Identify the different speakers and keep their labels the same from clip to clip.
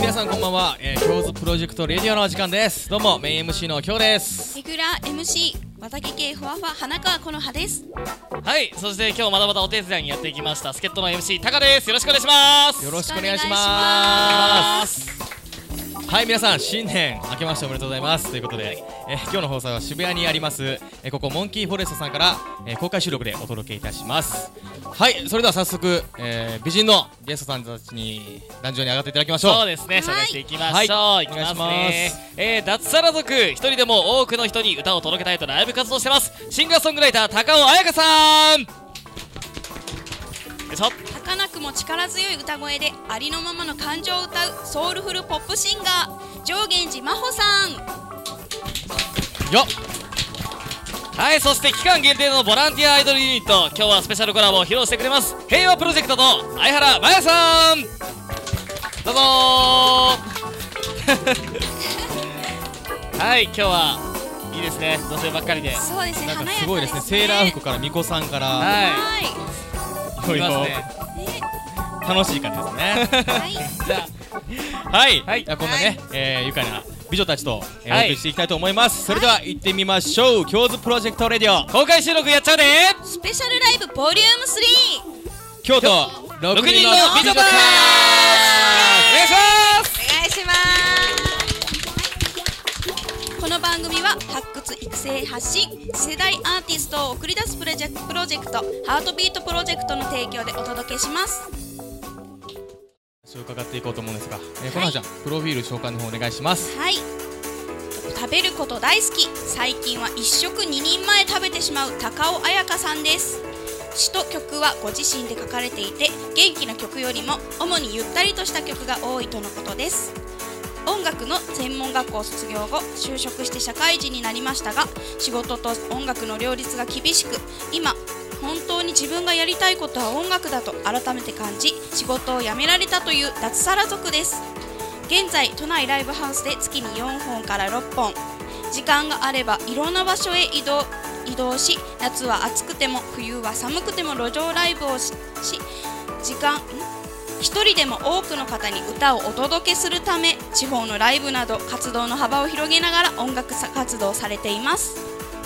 Speaker 1: 皆さんこんばんは、えー、京都プロジェクトレディオのお時間ですどうもメイン MC の京です
Speaker 2: レギュラー MC 綿毛系ふわふわ花川この葉です
Speaker 3: はいそして今日まだまだお手伝いにやってきました助っ人の MC タカですよろしくお願いします
Speaker 1: よろしくお願いしますはい皆さん新年明けましておめでとうございますということで、えー今日の放送は渋谷にあります、えーここモンキーフォレストさんから、えー公開収録でお届けいたしますはいそれでは早速、えー美人のゲストさんたちに壇上に上がっていただきましょう
Speaker 3: そうですね、
Speaker 2: はい
Speaker 3: 紹介していきましょう、
Speaker 1: はい
Speaker 3: い、きます
Speaker 1: お願いし
Speaker 3: ね
Speaker 1: ます
Speaker 3: えー、脱サラ族一人でも多くの人に歌を届けたいとライブ活動してますシンガーソングライター高尾彩香さんよいしょ
Speaker 2: 儚くも力強い歌声でありのままの感情を歌うソウルフルポップシンガー上源寺真帆さん
Speaker 1: よ
Speaker 3: はいそして期間限定のボランティアアイドルユニット今日はスペシャルコラボを披露してくれます平和プロジェクトの相原真也さんどうぞ ーはい今日はいいですね女性ばっかりでは
Speaker 2: そうですね
Speaker 1: なん
Speaker 2: 華
Speaker 1: か
Speaker 2: やか
Speaker 1: すごいですねセーラー服から巫女さんから
Speaker 3: い
Speaker 2: はい
Speaker 1: いろい
Speaker 3: います
Speaker 1: ろ
Speaker 3: ね
Speaker 2: ね
Speaker 1: 楽しい感じ ですね
Speaker 2: はい
Speaker 3: じゃあ
Speaker 1: はい、
Speaker 3: はい
Speaker 1: じゃあこんなね、
Speaker 2: はい
Speaker 1: えー、愉快な美女たちと、えー
Speaker 3: はい
Speaker 1: お送りしていきたいと思いますそれでは行ってみましょう「京都プロジェクトレディオ
Speaker 3: 公開収録やっちゃうね
Speaker 2: スペシャルライブボリューム3
Speaker 1: 京都
Speaker 3: 6
Speaker 1: 6
Speaker 3: 人の
Speaker 1: 人の
Speaker 3: 美
Speaker 1: 美
Speaker 3: 女
Speaker 1: 女
Speaker 3: た
Speaker 1: た
Speaker 3: ち
Speaker 1: ち
Speaker 3: ですお願いします
Speaker 2: お願いしますこの番組は発掘育成発信次世代アーティストを送り出すプロジェクトプロジェクトハートビートプロジェクトの提供でお届けします
Speaker 1: 話を伺っていこうと思うんですが、えー、このはちゃんプロフィール紹介の方お願いします
Speaker 2: はい食べること大好き最近は一食二人前食べてしまう高尾彩香さんです詩と曲はご自身で書かれていて元気な曲よりも主にゆったりとした曲が多いとのことです音楽の専門学校を卒業後就職して社会人になりましたが仕事と音楽の両立が厳しく今本当に自分がやりたいことは音楽だと改めて感じ仕事を辞められたという脱サラ族です現在都内ライブハウスで月に4本から6本時間があればいろんな場所へ移動移動し夏は暑くても冬は寒くても路上ライブをしし時間ん一人でも多くの方に歌をお届けするため地方のライブなど活動の幅を広げながら音楽さ活動をされています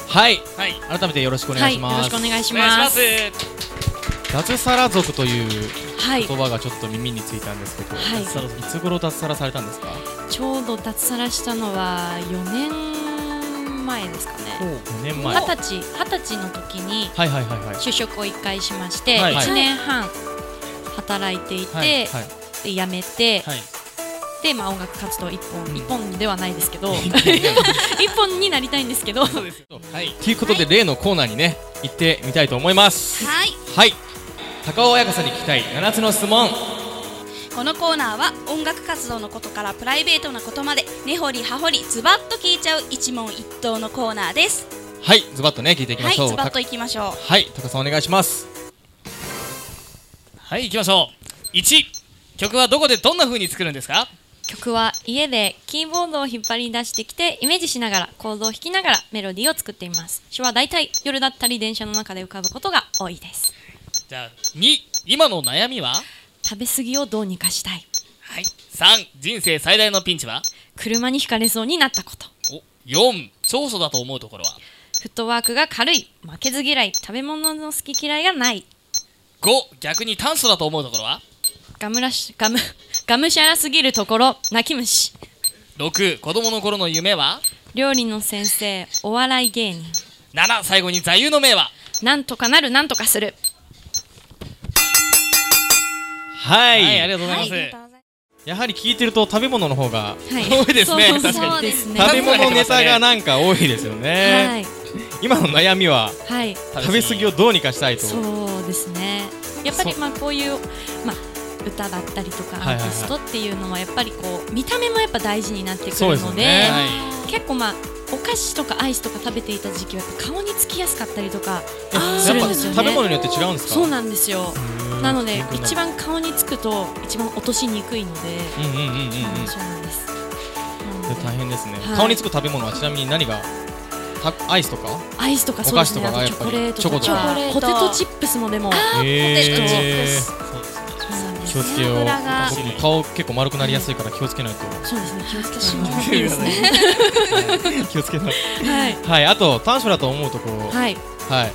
Speaker 1: はい
Speaker 3: はいお
Speaker 1: 改めてよろしくお願いしま
Speaker 4: は
Speaker 1: す、
Speaker 4: い、よろしくお願いし
Speaker 3: 願いし
Speaker 4: ま。
Speaker 3: ますす
Speaker 1: 脱サラ族という
Speaker 4: はい、
Speaker 1: 言葉がちょっと耳についたんですけど、
Speaker 4: はい
Speaker 1: 脱サラ族いつ頃脱サラされたんですか
Speaker 4: ちょうど脱サラしたのは4年前ですかね。
Speaker 1: 5年前
Speaker 4: 二
Speaker 1: は
Speaker 4: 十
Speaker 1: い
Speaker 4: 歳、二十歳の時に
Speaker 1: はいはいはい
Speaker 4: 就職を一回しまして、
Speaker 1: はい
Speaker 4: 一年半働いていて、
Speaker 1: はいはい
Speaker 4: で辞めて、
Speaker 1: はい
Speaker 4: でまあ音楽活動一本、
Speaker 1: うん
Speaker 4: 一本ではないですけど、
Speaker 1: 一本では
Speaker 4: 一本になりたいんですけど、
Speaker 3: そうですよはい
Speaker 1: ということで、例のコーナーにね行ってみたいと思います
Speaker 2: はい
Speaker 1: はい高尾彩香さんに聞きたい7つの質問
Speaker 2: このコーナーは音楽活動のことからプライベートなことまで根掘り葉掘りズバッと聞いちゃう一問一答のコーナーです
Speaker 1: はいズバッとね聞いていきま
Speaker 2: はい
Speaker 1: しょう
Speaker 2: ズバッと
Speaker 1: た
Speaker 2: いきましょう
Speaker 1: はい高さんお願いします
Speaker 3: はい行きましょう1曲はどこでどんな風に作るんですか
Speaker 4: 曲は家でキーボードを引っ張り出してきてイメージしながらコードを弾きながらメロディーを作っています詩は大体夜だったり電車の中で浮かぶことが多いです
Speaker 3: じゃあ2今の悩みは
Speaker 4: 食べ過ぎをどうにかしたい
Speaker 3: はい3人生最大のピンチは
Speaker 4: 車にひかれそうになったこと
Speaker 3: お4長所だと思うところは
Speaker 4: フットワークが軽い負けず嫌い食べ物の好き嫌いがない
Speaker 3: 5逆に短所だと思うところは
Speaker 4: ガムラッシュガム がむしゃらすぎるところ泣き虫
Speaker 3: 6子供の頃の夢は
Speaker 4: 料理の先生お笑い芸人
Speaker 3: 7最後に座右の銘は
Speaker 4: なんとかなるなんとかする
Speaker 1: は、
Speaker 3: はいありがとうございます、
Speaker 1: やはり聞いてると食べ物の方が
Speaker 4: はい
Speaker 3: 多いですね
Speaker 4: そ
Speaker 3: 確
Speaker 4: う
Speaker 2: かに
Speaker 4: そうですね
Speaker 1: 食べ物ネタがなんか多いですよ
Speaker 4: は
Speaker 1: ね、
Speaker 4: い
Speaker 1: 今の悩みは
Speaker 4: はい
Speaker 1: 食べ過ぎをどうにかしたいと
Speaker 4: そうですねやっぱりまあこういう、まあ、歌だったりとか
Speaker 1: はいはい
Speaker 4: ア
Speaker 1: はい
Speaker 4: ーティストっていうのはやっぱりこう見た目もやっぱ大事になってくる
Speaker 1: そ
Speaker 4: の
Speaker 1: うで
Speaker 4: です
Speaker 1: よねはい
Speaker 4: 結構まあお菓子とかアイスとか食べていた時期はやっぱ顔につきやすかったりとか
Speaker 1: え
Speaker 4: する
Speaker 1: や
Speaker 4: ん
Speaker 1: っ
Speaker 4: で
Speaker 1: ぱ
Speaker 4: すよね
Speaker 1: 食べ物によって違うんですか
Speaker 4: そうなんですよ
Speaker 1: うーん
Speaker 4: なので
Speaker 1: よくい
Speaker 4: 一番顔につくと一番落としにくいので、
Speaker 1: うんうんうんうんうん
Speaker 4: そうなんですなので
Speaker 1: 大変ですね、
Speaker 4: はい
Speaker 1: 顔につく食べ物はちなみに何がたアイスとか
Speaker 4: アイスとかそうですね
Speaker 1: お菓子とかが
Speaker 4: あ
Speaker 1: や
Speaker 4: とチョ
Speaker 1: っぱ
Speaker 4: コ
Speaker 1: り
Speaker 4: レートと
Speaker 1: チョ
Speaker 4: か
Speaker 2: コとか
Speaker 4: ポテトチップスもでも
Speaker 2: あーポテトチップス
Speaker 1: そうですね
Speaker 4: そうなんです
Speaker 1: 気をつけよう
Speaker 4: 背脂が
Speaker 1: 僕顔結構丸くなりやすいから気をつけないと
Speaker 4: そうですね気をつけ
Speaker 2: 私
Speaker 4: て
Speaker 2: も
Speaker 4: もらっていいですね
Speaker 1: 気をつけない
Speaker 4: はい
Speaker 1: はいあと短所だと思うところはい、
Speaker 4: はい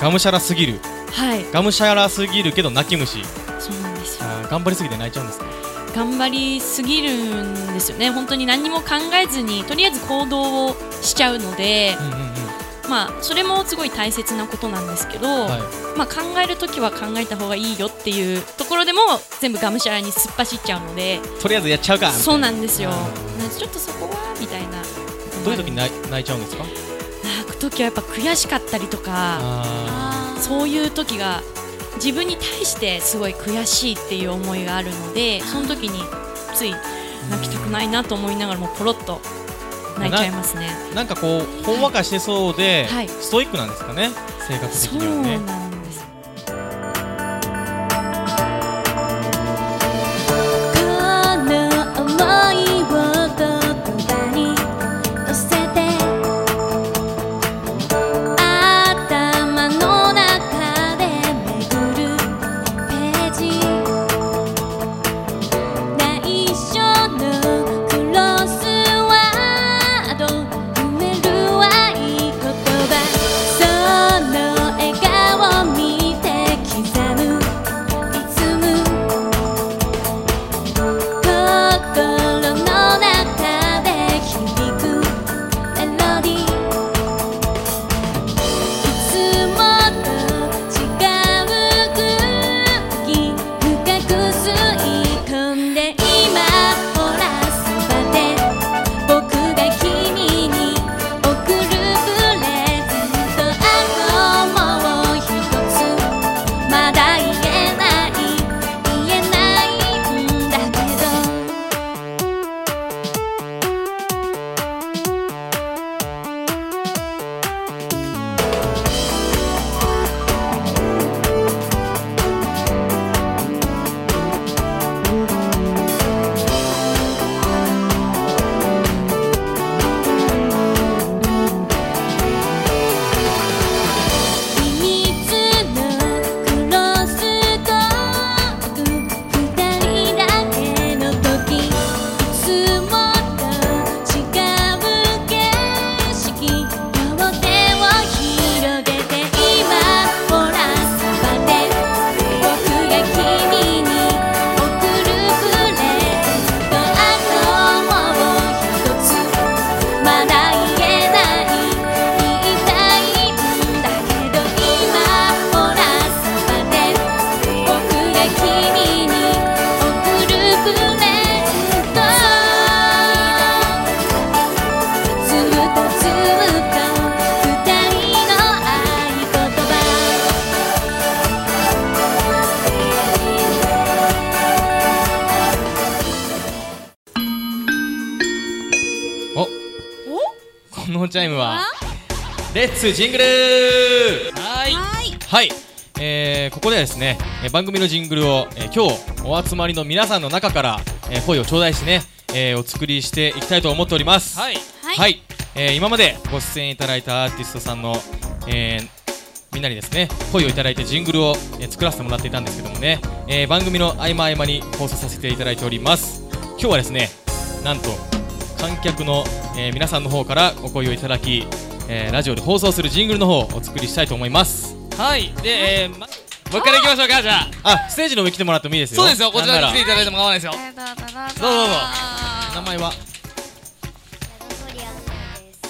Speaker 1: がむしゃらすぎる
Speaker 4: はい
Speaker 1: がむしゃらすぎるけど泣き虫
Speaker 4: そうなんですよ
Speaker 1: あー頑張りすぎて泣いちゃうんですね
Speaker 4: 頑張りすぎるんですよね本当に何にも考えずにとりあえず行動をしちゃうので
Speaker 1: うんうんうん
Speaker 4: まあそれもすごい大切なことなんですけど、
Speaker 1: はい
Speaker 4: まあ考えるときは考えた方がいいよっていうところでも全部がむしゃらに突っ走っちゃうので
Speaker 1: とりあえずやっちゃうか
Speaker 4: そうなんですよ
Speaker 1: あ
Speaker 4: なんでちょっとそこはみたいな
Speaker 1: どういう時に泣い泣いちゃうんですか
Speaker 4: 泣く時はやっぱ悔しかったりとか
Speaker 1: あ
Speaker 4: そういう時が自分に対してすごい悔しいっていう思いがあるのでその時につい泣きたくないなと思いながらもポロッと泣いちゃいますね
Speaker 1: ーなんかこうほんわかしてそうで、
Speaker 4: はい
Speaker 1: ストイックなんですかね性格的
Speaker 4: そう
Speaker 1: にはね
Speaker 4: なんです
Speaker 5: この想いをどこかに乗せて頭の中で巡るページ内緒のクロスワード埋めるはいい言葉その笑顔見て刻むいつも心の中で響くメロディーいつもと違う空気深く吸い込んで今ほらそばで僕が君に送るプレゼントあともう一つまだ言えない言えないんだけど「秘密のクロストーク」「二人だけの時いつもと違う景色」「両手を広げて今ほらそばで」「僕が君に送るプレゼント」「あともうひとつ」「まだ言えない言いたいんだけど」「今ほらそばで僕が君に送るプレゼント」「ずっとずっと二人の合言葉」
Speaker 1: おこのチャイムはレッツジングル
Speaker 3: はい
Speaker 2: はい
Speaker 1: はい、えー、ここではですね、えー番組のジングルを、えー今日お集まりの皆さんの中から、えー声を頂戴してね、えーお作りしていきたいと思っております
Speaker 3: はい
Speaker 1: は、
Speaker 2: はいい
Speaker 1: えー今までご出演いただいたアーティストさんの、えーみんなにですね声をいただいてジングルを、えー作らせてもらっていたんですけどもね、えー番組の合間合間に放送させていただいております今日はですねなんと観客の、えー皆さんの方からお声をいただき、えーラジオで放送するジングルの方をお作りしたいと思います
Speaker 3: はいで、えー、まもう一回行きましょうかじゃあ
Speaker 1: あステージの上来てもらってもいいですよ
Speaker 3: そうですよこちらに来てい
Speaker 1: な
Speaker 3: た
Speaker 1: んな
Speaker 3: だいても構わないですよどうぞどうぞ
Speaker 1: ら名前は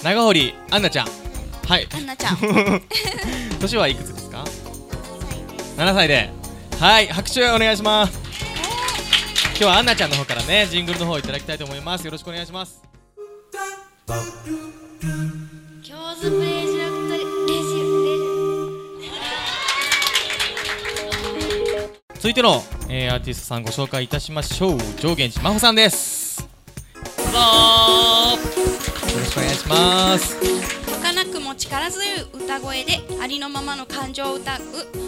Speaker 1: 長堀アンナちゃんはい
Speaker 2: アンナちゃん
Speaker 1: 年はいくつですか7歳ではい拍手お願いします今日はアンナちゃんの方からねジングルの方いただきたいと思いますよろしくお願いします
Speaker 5: 上手プレイしなくて練習
Speaker 1: 続いての、えーアーティストさんご紹介いたしましょう上源寺真帆さんですよ
Speaker 3: どうぞ
Speaker 1: ろしくお願いします
Speaker 2: 儚くも力強い歌声でありのままの感情を歌う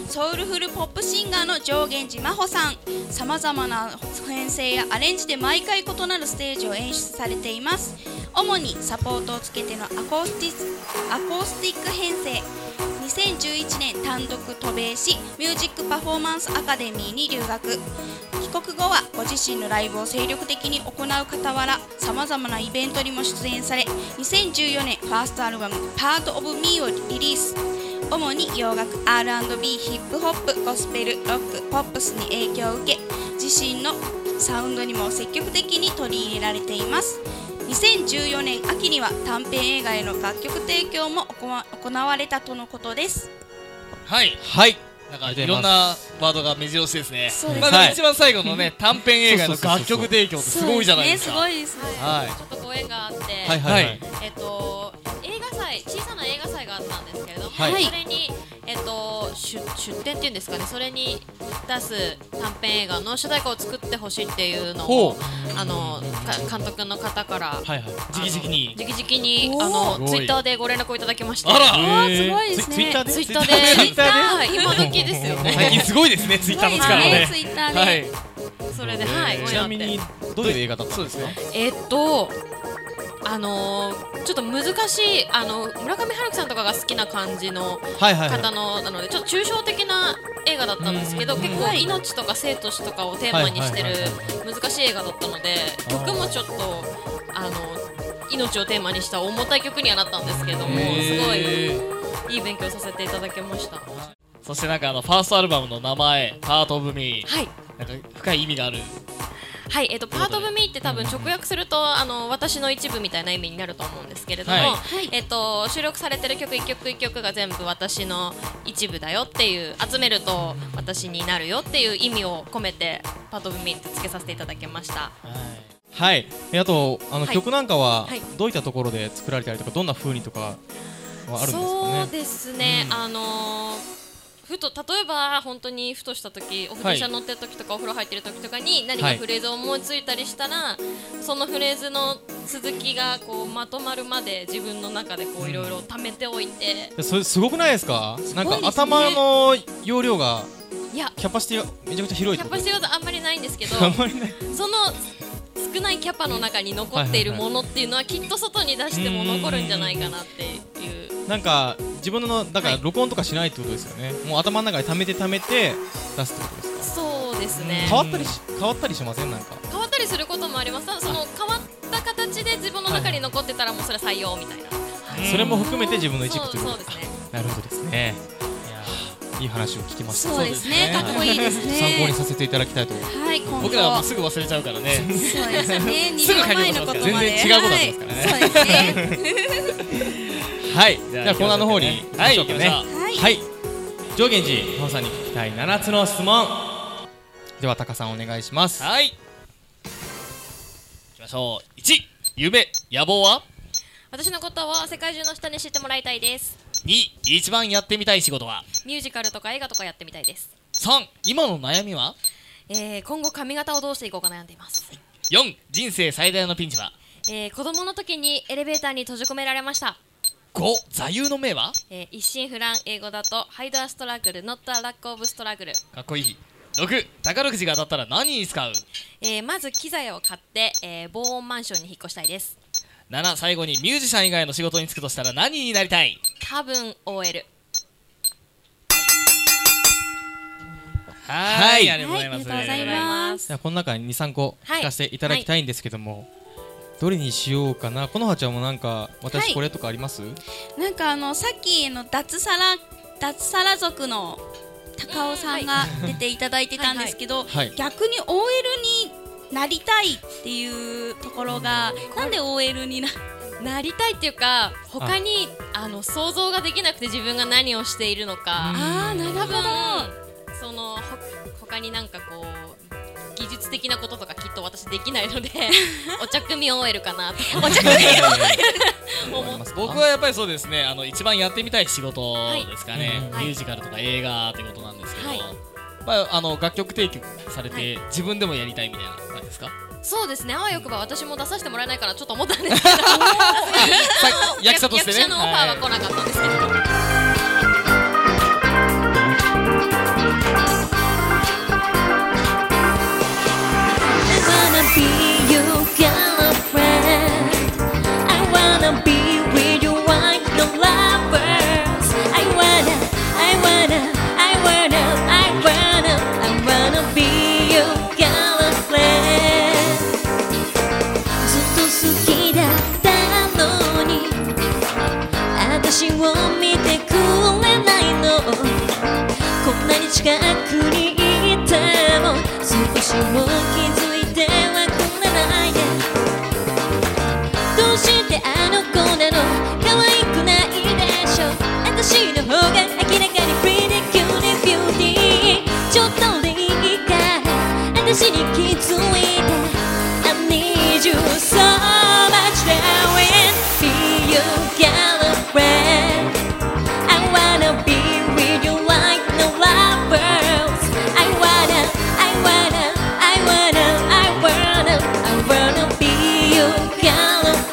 Speaker 2: ソウルフルポップシンガーの上源寺真帆さんさまざまな編成やアレンジで毎回異なるステージを演出されています主にサポートをつけてのアコースティアコースティック編成2011年単独渡米しミュージックパフォーマンスアカデミーに留学国後はご自身のライブを精力的に行う傍らさまざまなイベントにも出演され2014年ファーストアルバム「Part of Me」をリリース主に洋楽 R&B ヒップホップゴスペルロックポップスに影響を受け自身のサウンドにも積極的に取り入れられています2014年秋には短編映画への楽曲提供も行わ行われたとのことです
Speaker 3: はい
Speaker 1: はい
Speaker 3: なんかいろんなワードが目白押しですね
Speaker 2: そうです
Speaker 3: ま
Speaker 1: ね
Speaker 3: あ、一番最後の ね短編映画の
Speaker 1: そうそうそう
Speaker 3: 楽
Speaker 1: そう
Speaker 3: 曲提供ってすごいじゃないですか
Speaker 6: ね、すごいですね、
Speaker 3: はい
Speaker 6: ちょっとご縁があって、
Speaker 1: はいはいは
Speaker 3: はいい
Speaker 6: えっと映画祭小さな映画祭があったんですけれども、
Speaker 1: はい
Speaker 6: それにえっと出出展っていうんですかねそれに出す短編映画の主題歌を作ってほしいっていうの
Speaker 1: ほ
Speaker 6: をあのか監督の方から
Speaker 1: はいはい
Speaker 3: 直々に
Speaker 6: 直々にあ
Speaker 3: おー
Speaker 6: のツイッターでご連絡をいただきまして
Speaker 3: あら
Speaker 6: わー
Speaker 1: へー
Speaker 6: すごいです
Speaker 1: ツイツイッ
Speaker 6: ねツイッ
Speaker 1: ターで
Speaker 6: ターで
Speaker 1: ツイッターで
Speaker 6: はい今時ですよね
Speaker 3: 最近すごいですねツイッターの力ね
Speaker 2: ツイッターで、
Speaker 3: はい
Speaker 6: それではいご
Speaker 1: ち
Speaker 6: 縁あ
Speaker 1: な
Speaker 6: って
Speaker 1: みにどういう映画だったんですか
Speaker 6: えっとあのーちょっと難しいあの村上春樹さんとかが好きな感じの
Speaker 1: はいはい
Speaker 6: 方の、なのでちょっと抽象的な映画だったんですけど結構命とか生と死とかをテーマにしてる
Speaker 1: はいはい
Speaker 6: 難しい映画だったので
Speaker 1: あー
Speaker 6: 曲もちょっとあの命をテーマにした重たい曲にはなったんですけどもすごいいい勉強させていただきました。は
Speaker 3: そしてなんかあのファーストアルバムの名前「パート・オブ・ミー
Speaker 6: い」
Speaker 3: なんか深い意味がある
Speaker 6: はい、えっと、パート・オブ・ミーって多分直訳すると、あの、私の一部みたいな意味になると思うんですけれども、
Speaker 3: はい
Speaker 6: えっと、収録されてる曲一曲一曲が全部私の一部だよっていう、集めると私になるよっていう意味を込めて、パート・オブ・ミーってつけさせていただきました。
Speaker 1: はいえあとあの
Speaker 6: はい
Speaker 1: 曲なんかは
Speaker 6: はい
Speaker 1: どういったところで作られたりとかどんな風にとかはあるんですか
Speaker 6: そう
Speaker 1: ね
Speaker 6: ですね、あのーふと例えば本当にふとした時お風呂車乗ってる時とか、お風呂入ってる時とかに何か
Speaker 1: はい
Speaker 6: フレーズを思いついたりしたら、そのフレーズの続きがこうまとまるまで自分の中でこういろいろ溜めておいて、
Speaker 1: それすごくないですかなん
Speaker 6: ごい
Speaker 1: か
Speaker 6: ですね
Speaker 1: 頭の容量が
Speaker 6: いや
Speaker 1: キャパシティがめちゃくちゃ広い
Speaker 6: キ
Speaker 1: っ
Speaker 6: ャ
Speaker 1: てこ
Speaker 6: パ
Speaker 1: と
Speaker 6: シティはあんまりないんですけど
Speaker 1: あんまりない
Speaker 6: その少ないキャパの中に残っているものっていうのはきっと外に出しても残るんじゃないかなっていう
Speaker 1: なんか自分のだから
Speaker 6: はい
Speaker 1: 録音とかしないってことですよねもう頭の中で溜めて溜めて出すってことですか
Speaker 6: そうですね。
Speaker 1: 変わったりし変わったりしませんなんか
Speaker 6: 変わったりすることもありますただその変わった形で自分の中に残ってたらもうそれ採用みたいな、
Speaker 1: それも含めて自分の一部と
Speaker 6: そ
Speaker 1: いううこ
Speaker 6: そうで
Speaker 1: とですす
Speaker 6: ね
Speaker 1: なるほどですねいい話を聞きました
Speaker 2: そうですね
Speaker 1: そう
Speaker 2: かっこいいですね
Speaker 1: 参考にさせていただきたいと思います
Speaker 2: はい今後
Speaker 3: 僕らはもうすぐ忘れちゃうからね
Speaker 2: そうですね。2
Speaker 3: すぐ
Speaker 2: 秒
Speaker 3: 書
Speaker 2: 前
Speaker 3: き
Speaker 2: の
Speaker 3: 戻し
Speaker 2: こ
Speaker 3: ます
Speaker 2: と
Speaker 3: から
Speaker 2: まで。
Speaker 1: 全然違うことになってます
Speaker 2: はいそうですね。
Speaker 1: はいじゃあコーナーの方に行きま
Speaker 3: はい
Speaker 1: しょ
Speaker 3: 行
Speaker 1: う
Speaker 3: き
Speaker 1: か
Speaker 3: ま
Speaker 1: ね
Speaker 3: しょう
Speaker 2: はい。
Speaker 1: はい上元寺本さんに聞きたい7つの質問ではタカさんお願いします
Speaker 3: はい行きましょう1夢野望は
Speaker 6: 私のことを世界中の人に知ってもらいたいです
Speaker 3: 2一番やってみたい仕事は
Speaker 6: ミュージカルとか映画とかやってみたいです、
Speaker 3: 3今の悩みは
Speaker 6: えー、今後髪型をどうしていこうか悩んでいます、
Speaker 3: 4人生最大のピンチは
Speaker 6: えー、子供の時にエレベーターに閉じ込められました、
Speaker 3: 5座右の銘は
Speaker 6: えー、一心不乱英語だとハイドアストラグルノットアラックオブストラグル、
Speaker 3: かっこいい6宝くじが当たったら何に使う
Speaker 6: えー、まず機材を買って、えー、防音マンションに引っ越したいです
Speaker 3: 7最後にミュージシャン以外の仕事に就くとしたら何になりたい
Speaker 6: 多分 OL
Speaker 1: はーい
Speaker 3: ありがとうございます、
Speaker 2: はいありがとうござい
Speaker 6: ありがとうござい
Speaker 2: ま
Speaker 6: ます
Speaker 1: じゃあこの中に23個
Speaker 6: はい
Speaker 1: 聞かせていただきたいんですけども、どれにしようかなこのはちゃんもなんか
Speaker 2: は
Speaker 1: 私
Speaker 2: い
Speaker 1: これとかあります、
Speaker 2: なんかあのさっきの脱サラ脱サラ族の高尾さんが出ていただいてたんですけど、
Speaker 1: はい
Speaker 2: 逆に OL になりたいっていうところが、なんで OL にな
Speaker 6: な りたいっていうか他にあの想像ができなくて自分が何をしているのか
Speaker 2: あーなる
Speaker 6: 多分そのほ他になんかこう技術的なこととかきっと私できないのでお茶組み OL かなとお茶組
Speaker 1: ありますか
Speaker 3: 僕はやっぱりそうですねあの一番やってみたい仕事ですかね、
Speaker 6: はい
Speaker 3: ミュージカルとか映画ってことなんですけど、
Speaker 6: はい
Speaker 3: まあ、あの楽曲提供されて、自分でもやりたいみたいな感じですか
Speaker 6: そうですねあわよくば私も出させてもらえないからちょっと思ったんですけ ど
Speaker 3: 役者としてね
Speaker 6: 役者のオファーは来なかったんですけど、
Speaker 7: I wanna be your girlfriend. I wanna be with you like the lovers. I wanna, I wanna, I wanna, I wanna, I wanna be your girlfriend. 近くにいても少しも気づいてはくれないでどうしてあの子なの可愛くないでしょ私の方が明らかに Pretty Cutie Beauty ちょっとでいいから私に気づいて I need you so much darling Be your girlfriend I wanna be with you like no lovers. I wanna, I wanna, I wanna, I wanna, I wanna be your girlfriend.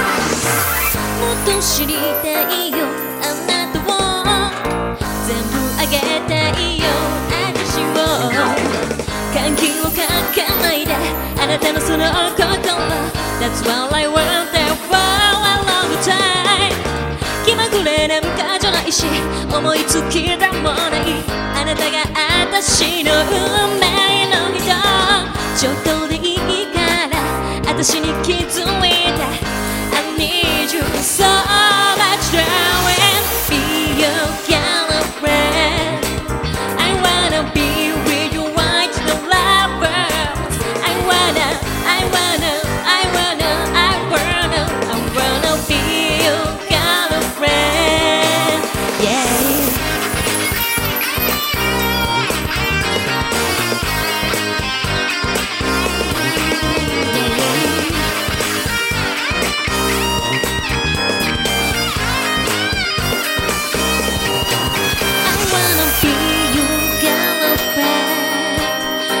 Speaker 7: もっと知りたいよあなたを全部あげたいよ私を鍵をかかないであなたのその心 That's what I want that for a long time 気まぐれなんかじゃないし思いつきでもないあなたが私の運命の人ちょっとでいいから私に気づいて I need you so much darling Be your girlfriend I wanna be with you right the lovers I wanna, I wanna, I wanna, I wanna I wanna be your girlfriend Yeah 「I wanna be your girlfriend」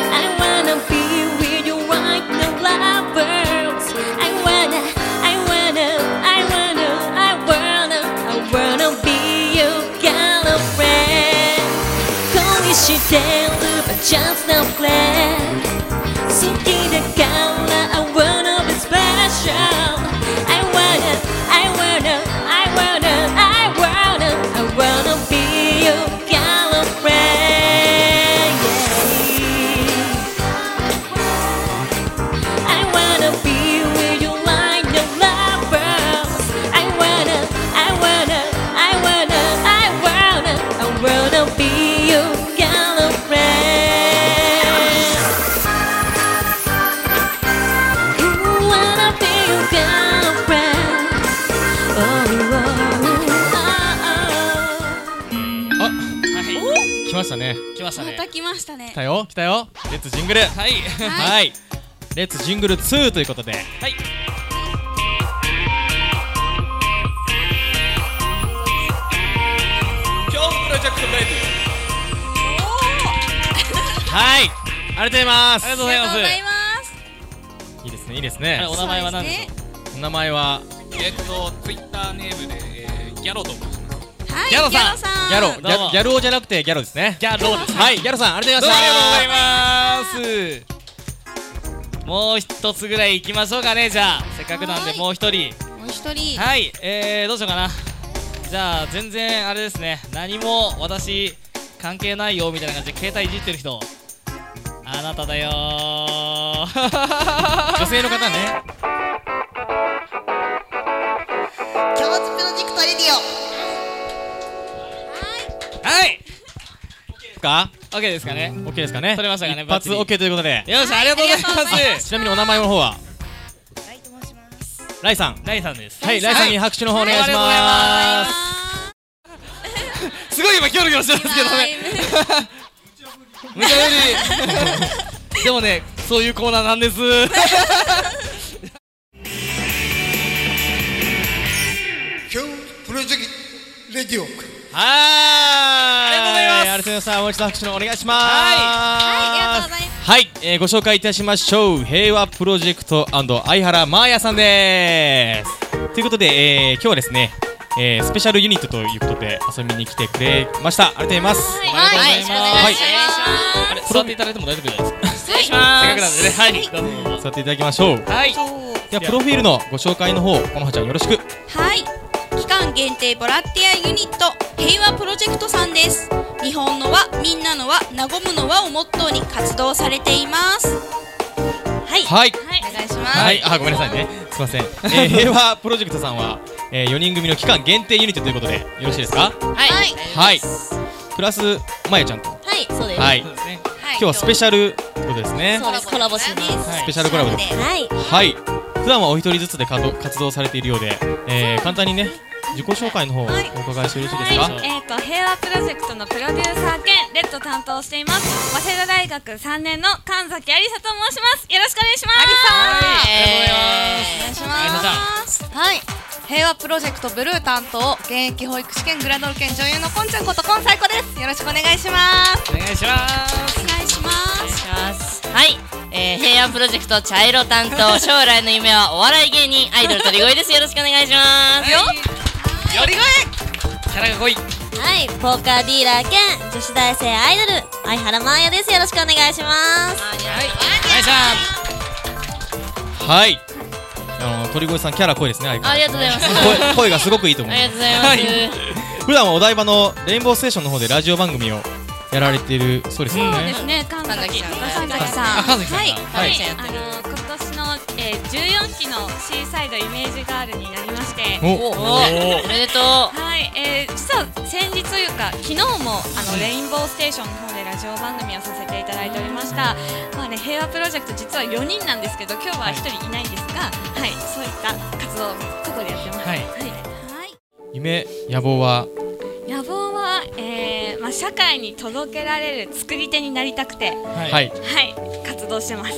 Speaker 7: 「I wanna be with you like no lovers」「I wanna, I wanna, I wanna, I wanna, I wanna be your girlfriend」「恋してるば just no friend」「好きだから I wanna be special」「I wanna, I wanna, I wanna, I wanna, I wanna be your girlfriend yeah. I wanna be with you like the lovers. I wanna, I wanna, I wanna, I wanna, I wanna be your girlfriend. Ooh, wanna be your girlfriend. Oh, oh, oh.
Speaker 1: あ
Speaker 3: は
Speaker 1: 来ました
Speaker 3: い
Speaker 1: ね
Speaker 3: 来ました
Speaker 2: ま
Speaker 3: ね
Speaker 2: た来ましたね
Speaker 1: 来たよ来たよレッツジングル
Speaker 3: はい
Speaker 1: はいレッツジングル2ということで
Speaker 3: はい今日プロジェクトレディ
Speaker 1: はいありがとうございます
Speaker 3: ありがとう
Speaker 2: お
Speaker 3: ございま
Speaker 2: あ
Speaker 3: す
Speaker 2: りがとうございます
Speaker 1: いいですねいいですね
Speaker 3: お名前は何でしょう
Speaker 2: そう
Speaker 1: お名前は
Speaker 3: えっと、ツイッターネームで、えー、ギャロと申します。
Speaker 2: はい
Speaker 3: ギャロさん
Speaker 1: ギャロ
Speaker 3: う
Speaker 1: ギ
Speaker 3: も
Speaker 1: ャギャル男じゃなくてギャロですね
Speaker 3: ギャロです。
Speaker 1: はいギャロさんありがとう
Speaker 3: どう
Speaker 1: ご
Speaker 3: も
Speaker 1: ざいまし
Speaker 3: あ
Speaker 1: た
Speaker 3: りがとうございます。もう一つぐらい行きましょうかね、じゃあ。せっかくなん
Speaker 2: は
Speaker 3: で、
Speaker 2: い
Speaker 3: もう一人。
Speaker 2: もう一人
Speaker 3: はい、えー、どうしようかな。じゃあ、全然あれですね。何も私、関係ないよ、みたいな感じで、携帯いじってる人。あなただよー。
Speaker 1: 女性の方ね
Speaker 3: はい
Speaker 1: か
Speaker 3: !OK ですかね。
Speaker 1: オッケーですかね
Speaker 3: 取れましたかね
Speaker 1: 一発
Speaker 3: バッチリ
Speaker 1: OK ということで
Speaker 3: よし、ありがとうござい
Speaker 2: ありがとうござい
Speaker 3: ま。
Speaker 2: ます
Speaker 1: ちなみにお名前の方は
Speaker 2: ライと申します
Speaker 1: ライさん
Speaker 3: ライさんです。
Speaker 1: はいライさんに拍手の方お願いします
Speaker 3: は
Speaker 2: あ
Speaker 3: すごい今キョロキョロしてますけどね。無茶ぶり。でもね、そういうコーナーなんです。
Speaker 5: 今日プロジェクトレディオ
Speaker 1: はい
Speaker 3: あり
Speaker 1: あ
Speaker 3: が
Speaker 1: りがとうございますもう一度拍手のお願いします
Speaker 2: はいありがとうござい
Speaker 1: ますはい、えー、ご紹介いたしましょう平和プロジェクト相原真彩さんですということで、えー、今日はですね、えー、スペシャルユニットということで遊びに来てくれましたありがとうございます
Speaker 3: ありがとうございます。
Speaker 1: はい
Speaker 3: あれ 座っていただいても大丈夫じゃないですか。失礼します。せっかくなんでね、はい、どうぞどうぞ。
Speaker 1: 座っていただきましょう
Speaker 3: はい。
Speaker 2: そう
Speaker 1: ではプロフィールのご紹介の方このはちゃんよろしく
Speaker 2: はい期間間限定ボランティアユニット平和プロジェクトさんです日本の和みんなの和和むの和をモットーに活動されていますはい、
Speaker 1: はい
Speaker 2: お願いします、
Speaker 1: はい、あ、ごめんなさいね。すみません。えー、平和プロジェクトさんは、えー、4人組の期間限定ユニットということで、よろしいですか
Speaker 2: はい
Speaker 1: はい。プラス、まゆちゃんと。は
Speaker 7: はい、そうで
Speaker 1: い。
Speaker 7: す。
Speaker 1: 今
Speaker 3: ですね
Speaker 1: 日はスペ
Speaker 2: シ
Speaker 1: シャルということですね。
Speaker 7: そうです。コラボします。
Speaker 1: スペシャルコラボで
Speaker 7: はい。
Speaker 1: はい。普段はお一人ずつで活動活動されているようで、えー、簡単にね、自己紹介の方をお
Speaker 8: はい
Speaker 1: 伺いしてよろしいですか、
Speaker 8: はい、えっ、と平和プロジェクトのプロデューサー兼レッド担当をしています早稲田大学三年の神崎有沙と申しますよろしくお願いします
Speaker 2: ャルし
Speaker 3: ありがとうござい
Speaker 2: ます
Speaker 9: はい平和プロジェクトブルー担当現役保育士兼グラドル兼女優のこんちゃんことこんさいこですよろしくお願いします
Speaker 3: お願いします
Speaker 2: お願いします
Speaker 9: はい、えー、平和プロジェクト茶色担当将来の夢はお笑い芸人アイドル鳥越ですよろしくお願いしますよ
Speaker 3: よりがキャラが濃い
Speaker 7: はい、ポーカーディーラー兼女子大生アイドル相原真彩です。よろしくお願いします。
Speaker 3: ナイス
Speaker 1: はい。あの鳥越さんキャラ濃いですね。相変わ
Speaker 9: あ
Speaker 1: ら
Speaker 9: りがとうございます
Speaker 1: ず声声がすごくいいと思
Speaker 9: あ
Speaker 1: う
Speaker 9: り。がとうございます、
Speaker 1: 普段はお台場のレインボーステーションの方でラジオ番組をやられているそうですよ
Speaker 8: そう
Speaker 1: ね
Speaker 8: で。すね神崎さん
Speaker 9: 神
Speaker 8: 神崎さん
Speaker 3: あ神崎さん
Speaker 8: はい
Speaker 3: だ
Speaker 8: は
Speaker 9: 神
Speaker 8: い
Speaker 9: 崎さんやっ
Speaker 8: あ
Speaker 9: てる
Speaker 8: の今年の、えー、14期のシーサイドイメージガールになりまして
Speaker 1: お
Speaker 9: おおめでとう
Speaker 8: はい、えー、実は先日というか昨日もあのレインボーステーションの方でラジオ番組をさせていただいておりました。まあね平和プロジェクト実は4人なんですけど今日は1人いないんですが、はい、そういった活動をここでやってます。
Speaker 3: はい
Speaker 1: 夢野望は
Speaker 8: 野望は、えーまあ、社会に届けられる作り手になりたくて、は
Speaker 1: はい、
Speaker 3: はい
Speaker 8: い、活動してます。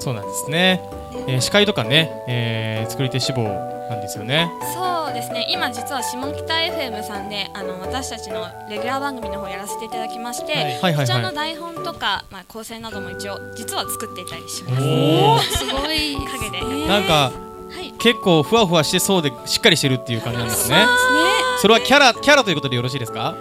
Speaker 1: そうなんですね。えー、司会とかね、えー、作り手志望なんですよね。
Speaker 8: そうですね今実は下北 FM さんであの私たちのレギュラー番組の方やらせていただきまして、
Speaker 1: いはいはいはい
Speaker 8: こちらの台本とか、まあ、構成なども一応実は作っていたりします
Speaker 1: お
Speaker 2: すごい
Speaker 8: 陰で、
Speaker 1: なんか、
Speaker 8: い
Speaker 1: 結構ふわふわしてそうでしっかりしてるっていう感じなんですね。それはキャラキャラということでよろしいですか？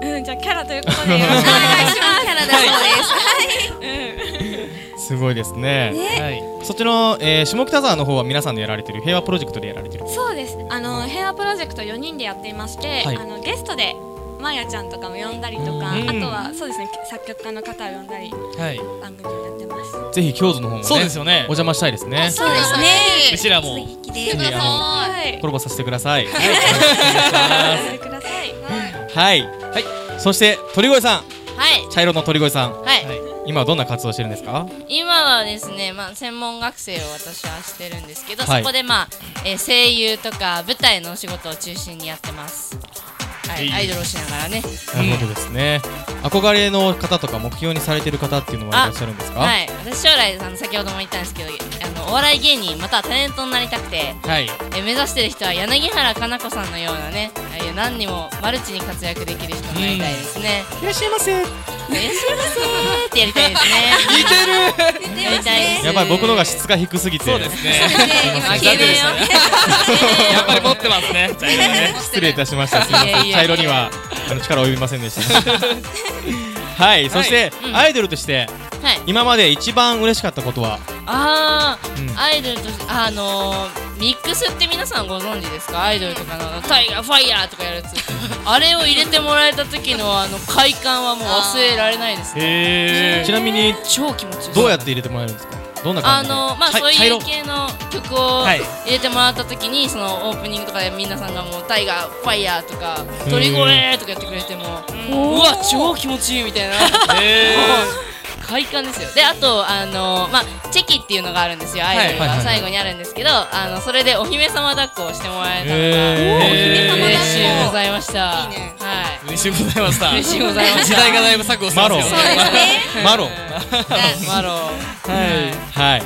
Speaker 8: うん、じゃあキャラという ことでよろしくお願いしますキャラだそうですはい、
Speaker 1: すごいですね。
Speaker 3: はい
Speaker 1: そっちの、えー、下北沢の方は皆さんでやられてる平和プロジェクトでやられてる
Speaker 8: うん、。そうですあの平和プロジェクト4人でやっていまして、
Speaker 1: はい
Speaker 8: あのゲストでまやちゃんとかも呼んだりとか、
Speaker 1: うん
Speaker 8: あとはそうですね作曲家の方を呼んだり
Speaker 3: はい
Speaker 8: 番組をやってます
Speaker 1: ぜひ京都の方もね、
Speaker 3: そうですよ
Speaker 1: ね
Speaker 3: ね
Speaker 1: お邪魔したいですね。
Speaker 2: そうですね
Speaker 3: うちらも
Speaker 2: 素敵で
Speaker 1: ぜひあの
Speaker 8: はい
Speaker 1: コラボさせてください。
Speaker 8: お呼びください
Speaker 1: はい。はい。そして鳥越さん、
Speaker 9: はい
Speaker 1: 茶色の鳥越さん、
Speaker 9: はい、
Speaker 1: 今はどんな活動してるんですか？
Speaker 9: 今はですね、まあ、専門学生を私はしてるんですけど、
Speaker 1: はい
Speaker 9: そこで、まあえー声優とか舞台のお仕事を中心にやってます、はい、アイドルをしながらね
Speaker 1: なるほどですね。憧れの方とか目標にされてる方っていうのはいらっしゃるんですか？
Speaker 9: はい私将来あの先ほども言ったんですけどあのお笑い芸人またはタレントになりたくて
Speaker 3: はい
Speaker 9: え目指してる人は柳原加奈子さんのようなねああいう何にもマルチに活躍できる人になりたいですね、
Speaker 1: いらっしゃいませ。
Speaker 9: いらっしゃいませーってやりたいですね似てるやりたいです
Speaker 1: やばい僕の方が質が低すぎて。
Speaker 3: そうですね
Speaker 9: 今消えるよ
Speaker 3: やっぱり持ってますね茶色ね
Speaker 1: 失礼いたしました。すみません
Speaker 9: いえいえ
Speaker 1: 茶色にはあの力及びませんでした。はい。そして、
Speaker 9: うん
Speaker 1: アイドルとして
Speaker 9: はい
Speaker 1: 今まで一番嬉しかったことは、
Speaker 9: あー
Speaker 1: うん
Speaker 9: アイドルとしてあのー、ミックスって皆さんご存知ですかアイドルとかのタイガーファイヤーとかやるやつあれを入れてもらえた時のあの快感はもう忘れられないですね
Speaker 1: ちなみに
Speaker 9: 超気持ちいい
Speaker 1: どうやって入れてもらえるんですか。どんな
Speaker 9: あ
Speaker 1: 感じで？
Speaker 9: のまあ
Speaker 1: はい
Speaker 9: そう
Speaker 1: 茶
Speaker 9: い
Speaker 1: 色
Speaker 9: う系の曲を
Speaker 3: はい
Speaker 9: 入れてもらった時にそのオープニングとかで皆さんがもう「タイガーファイヤー」とか「
Speaker 1: うん
Speaker 9: 鳥越」とかやってくれてもうわ超気持ちいいみ たいな快感ですよであとあのまあチェキっていうのがあるんですよアイドル
Speaker 1: はいはいは
Speaker 9: が
Speaker 1: い
Speaker 9: 最後にあるんですけどあのそれでお姫様抱っこをしてもらえたの
Speaker 1: へー
Speaker 9: が
Speaker 1: お姫様抱っこ
Speaker 9: 嬉しいございましたはい
Speaker 3: 嬉しゅうございました
Speaker 9: 嬉しゅうございました
Speaker 3: 時代がだいぶ錯誤してますよ
Speaker 1: マロンそ
Speaker 9: で
Speaker 1: う
Speaker 9: すね
Speaker 1: マ
Speaker 9: マ
Speaker 1: ロン。
Speaker 9: ロは
Speaker 1: はい。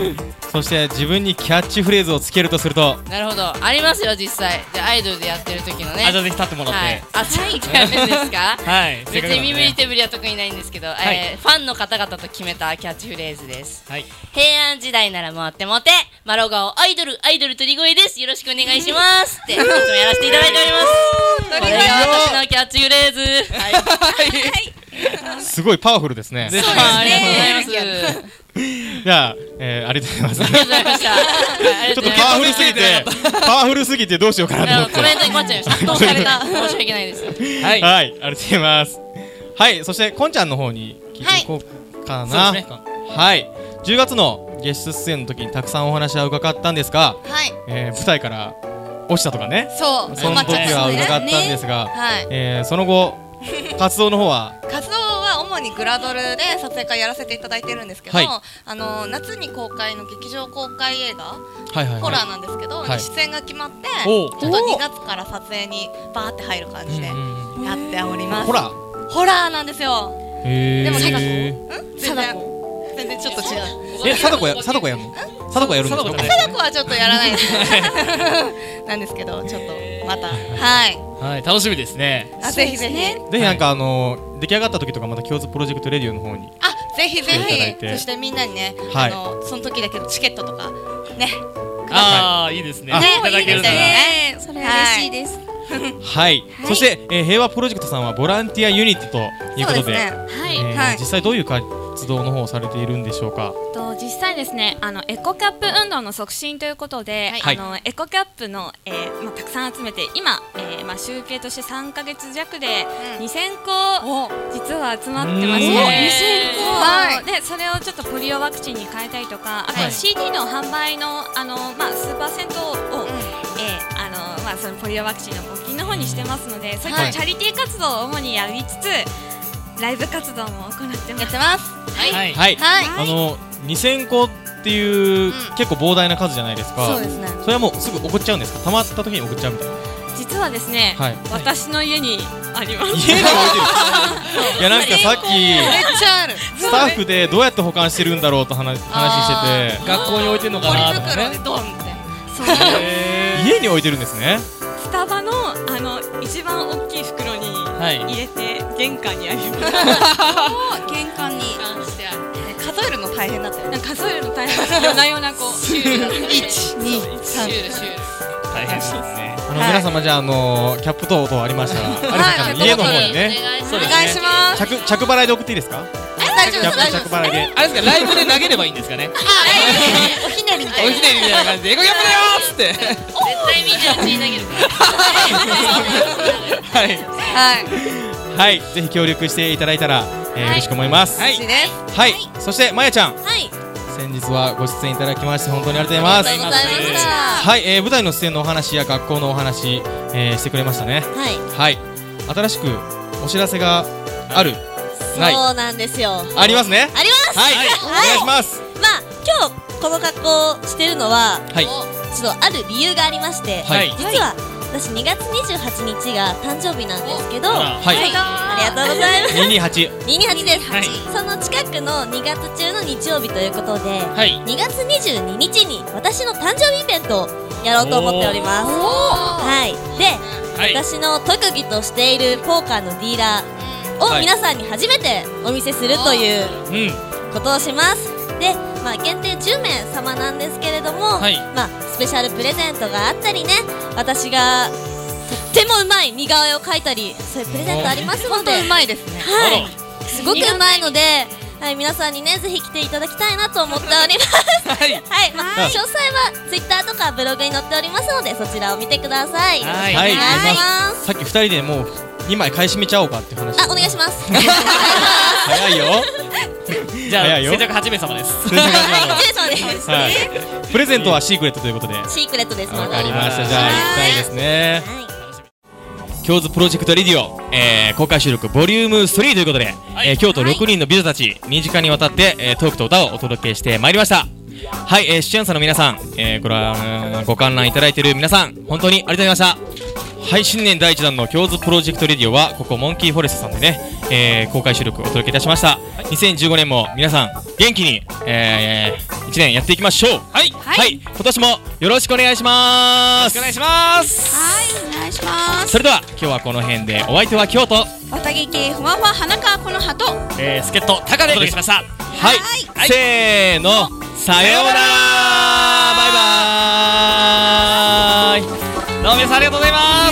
Speaker 1: そして自分にキャッチフレーズをつけるとすると、
Speaker 9: いなるほどありますよ実際でアイドルでやってる時のね
Speaker 3: あじゃあぜひ立ってもらっ
Speaker 9: はい
Speaker 3: て、。
Speaker 9: あ、ちょっとやめですか
Speaker 3: はいせっか
Speaker 9: 別
Speaker 3: くなんで
Speaker 9: に身振り手振りは特にないんですけど、
Speaker 3: い
Speaker 9: えーファンの方々と決めたキャッチフレーズです。
Speaker 3: はい
Speaker 9: 平安時代なら回ってもて、マロガオアイドルアイドル鳥越です。よろしくお願いします。っていつもやらせていただいております。これが私のキャッチフレーズ。はい。
Speaker 1: すごいパワフルですね。
Speaker 3: ぜひ
Speaker 9: ありがとうございます。
Speaker 1: いじゃあ、えー、ありがとうござい
Speaker 9: りが
Speaker 1: ます。
Speaker 9: とうございました。はいあり
Speaker 1: ち
Speaker 9: がとう
Speaker 1: ょっと
Speaker 9: ござい
Speaker 1: パ
Speaker 9: ます
Speaker 1: ワフルすぎて、パワフルすぎてどうしようかなと
Speaker 9: あ
Speaker 1: 思っ
Speaker 9: の
Speaker 1: て。
Speaker 9: トレンドに困っちゃいました。圧倒された。申し訳ないです。
Speaker 3: はい
Speaker 1: はい、ありがとうございます。はい、そしてこんちゃんの方に聞いていこうかな。
Speaker 3: そうですね
Speaker 1: はい、10月のゲスト出演の時にたくさんお話は伺ったんですが、
Speaker 2: はい
Speaker 1: えー、舞台から落ちたとかね、
Speaker 2: そう
Speaker 1: その時は伺ったんですが、
Speaker 2: はい
Speaker 1: えー、そ の後活動の方は
Speaker 2: 活動は主にグラドルで撮影会やらせていただいてるんですけど、
Speaker 1: はい
Speaker 2: あの夏に公開の劇場公開映画、
Speaker 1: はいはい
Speaker 2: ホラ
Speaker 1: は
Speaker 2: ーなんですけど、
Speaker 1: はい
Speaker 2: 出演が決まってちょ
Speaker 1: お
Speaker 2: っ
Speaker 1: う
Speaker 2: と2月から撮影にバーって入る感
Speaker 1: い。
Speaker 2: じでや
Speaker 1: うんうんうん
Speaker 2: っております、
Speaker 1: ホラ
Speaker 2: ホラーなんですよ
Speaker 1: ー。へー
Speaker 2: でもなんかこう
Speaker 1: え、
Speaker 2: 全然全然ちょっと違う
Speaker 1: 貞子や貞子やるの？貞子やるんです
Speaker 3: 貞子？
Speaker 1: か
Speaker 3: じゃ
Speaker 2: 貞子はちょっとやら ないですなんですけどちょっとまたはい
Speaker 3: はい、楽しみですね。
Speaker 2: あぜひぜひ、
Speaker 1: ぜひなんかあのー出来上がった時とかまた共通プロジェクトレディオの方に。
Speaker 2: あぜひぜ
Speaker 1: 来ていただい
Speaker 2: ひ
Speaker 1: て
Speaker 2: そしてみんなにね、
Speaker 1: はい
Speaker 2: あのその時だけどチケットとかね
Speaker 3: ああ、いいですね。い
Speaker 1: あ
Speaker 3: ただけるなら。
Speaker 2: ねそれ嬉しいです、
Speaker 1: はい、そして、えー平和プロジェクトさんはボランティアユニットというこ
Speaker 2: そ
Speaker 1: とで
Speaker 2: うですね
Speaker 8: は
Speaker 1: え
Speaker 8: い、
Speaker 1: ー
Speaker 2: はい
Speaker 1: 実際どういう活動の方をされているんでしょうか
Speaker 8: と実際ですねあのエコカップ運動の促進ということで、
Speaker 1: はい
Speaker 8: あのエコカップの、えーまあ、たくさん集めて今、えーまあ、集計として3か月弱で
Speaker 2: うん
Speaker 8: 2000個実は集まってまして、
Speaker 1: うんお
Speaker 2: はい
Speaker 8: でそれをちょっとポリオワクチンに変えたりとかあ
Speaker 1: は
Speaker 8: と
Speaker 1: い
Speaker 8: CD の販売のあの、まあ、数パーセントを、
Speaker 2: う
Speaker 8: えーあのまあ、そのポリオワクチンの募金の方にしてますのでそういっ
Speaker 1: は
Speaker 8: た
Speaker 1: い
Speaker 8: チャリティー活動を主にやりつつライブ活動も行ってま
Speaker 2: やっ
Speaker 8: す。
Speaker 2: てます
Speaker 3: はい。
Speaker 1: はい、
Speaker 2: はい
Speaker 1: あの2000個っていう、
Speaker 2: ん
Speaker 1: 結構膨大な数じゃないですか
Speaker 2: そうですね
Speaker 1: それはもうすぐ送っちゃうんですか溜まった時に送っちゃう みたいな
Speaker 8: 実はですね、
Speaker 1: はい
Speaker 8: 私の家にあります。
Speaker 1: 家に置いてるいやなんかさ
Speaker 2: め
Speaker 1: っ
Speaker 2: っ
Speaker 1: き
Speaker 2: ちゃあ る
Speaker 1: スタッフでどうやって保管してるんだろうと話話して
Speaker 3: 学校に置いてんのかなと
Speaker 2: ポ
Speaker 3: か
Speaker 2: リ袋で
Speaker 3: ね。
Speaker 2: ドンみたいな
Speaker 8: そう
Speaker 1: て家に置いてるんですね
Speaker 8: スタバのあの一番大きい袋に
Speaker 3: はい。
Speaker 8: 入れて玄関にあり ます。
Speaker 2: 玄関に数えるの大変だったよ
Speaker 8: なんか数えるの大変です。夜な夜なこう。
Speaker 2: 一二三
Speaker 3: 大変そうですね。
Speaker 1: あの、
Speaker 2: はい
Speaker 1: 皆様じゃあ、あのーキャップ等々ありましたら有さんから家の方にね
Speaker 3: そう
Speaker 2: お
Speaker 3: です
Speaker 2: 願い
Speaker 3: ね。
Speaker 2: します
Speaker 1: 着着払いで送っていいですか
Speaker 2: 大丈夫
Speaker 1: キャ
Speaker 2: で
Speaker 1: ッ
Speaker 2: す大丈夫で
Speaker 1: プ着
Speaker 2: す
Speaker 1: 払いで
Speaker 3: あれですか、ライブで投げればいいんですかね。
Speaker 2: おひねりみたい
Speaker 3: お
Speaker 2: な
Speaker 3: ひねりみたいな感じで、エコキャップだよーっつっ
Speaker 6: 対みんなうちに投げるか
Speaker 3: て。 は
Speaker 6: ら
Speaker 3: い。
Speaker 2: はい
Speaker 1: はい、ぜひ協力していただいたら、えー嬉しく思います。
Speaker 3: は
Speaker 1: はいい、
Speaker 2: 嬉しいです
Speaker 1: そしてまやちゃん、
Speaker 2: はい
Speaker 1: 先日はご出演いただきまして本当にありがとうございま
Speaker 2: あ
Speaker 1: す。
Speaker 2: りがとうございました
Speaker 1: はい、えー舞台の出演のお話や学校のお話、えーしてくれましたね。
Speaker 10: はい、
Speaker 1: はい、新しくお知らせがある、ない、
Speaker 10: そうなんですよ。
Speaker 1: ありますね。
Speaker 10: あります。
Speaker 1: はい、お願いします。
Speaker 10: まあ今日この格好をしてるのは
Speaker 1: はい、
Speaker 10: ちょっとある理由がありまして、
Speaker 1: はい
Speaker 10: 実は私2月28日が誕生日なんですけど、
Speaker 3: あ
Speaker 1: はい、
Speaker 10: ありがとうございます。
Speaker 1: 二二八、
Speaker 10: 228です、
Speaker 3: はい
Speaker 10: その近くの2月中の日曜日ということで、
Speaker 3: らはい。
Speaker 10: 2月22日に私の誕生日イベントをやろうと思っております。はい。で、
Speaker 3: はい。
Speaker 10: 私の特技としているポーカーのディーラーを皆さんに初めてお見せするという
Speaker 3: うん。
Speaker 10: ことをしますで、まあ、限定10名様なんですけれども、
Speaker 3: はい
Speaker 10: まあ、スペシャルプレゼントがあったりね私がとってもうまい似顔絵を描いたりそういうプレゼントありますので
Speaker 2: うまいですね
Speaker 10: はい、すごくうまいので、はい、皆さんにねぜひ来ていただきたいなと思っております
Speaker 3: はい。
Speaker 10: はい、まあ
Speaker 1: はい
Speaker 10: 詳細はツイッターとかブログに載っておりますのでそちらを見てください
Speaker 3: はい
Speaker 10: お願いし
Speaker 1: お願いし
Speaker 10: ま
Speaker 1: ますすさっき二人でもう二枚買い占めちゃおうかっていう話。
Speaker 10: あお願いします
Speaker 1: 早いよ。
Speaker 3: じゃあ、
Speaker 1: 早いよ
Speaker 3: 先着8名様です。
Speaker 10: はい、住所です
Speaker 1: はい、プレゼントはシークレットということで。わ
Speaker 10: シークレットですので
Speaker 1: かりました。じゃあ
Speaker 10: はい
Speaker 1: 行きたいですね。
Speaker 10: はい
Speaker 1: 京都プロジェクトレディオ、えー、公開収録ボリューム3ということで、えー京都6人の美女たち2時間にわたって、えートークと歌をお届けしてまいりましたはい、えー、出演者の皆さん、えー、ご覧ご観覧いただいている皆さん本当にありがとうございましたはい新年第1弾の京都プロジェクトレディオはここモンキーフォレストさんでね、えー公開収録お届けいたしました2015年も皆さん元気に、え1年やっていきましょうはい、はい今年もよろしくお願いします
Speaker 3: お願いします。
Speaker 2: はいお願いします
Speaker 1: それでは今日はこの辺でお相手は京都
Speaker 2: 綿毛系ふわふわ花川この葉と
Speaker 3: えー、助っ人、高でお届けしました。
Speaker 1: はい、
Speaker 3: はい
Speaker 1: せーの、さようなら、バイバーイ。
Speaker 3: どうも皆さんありがとうございます。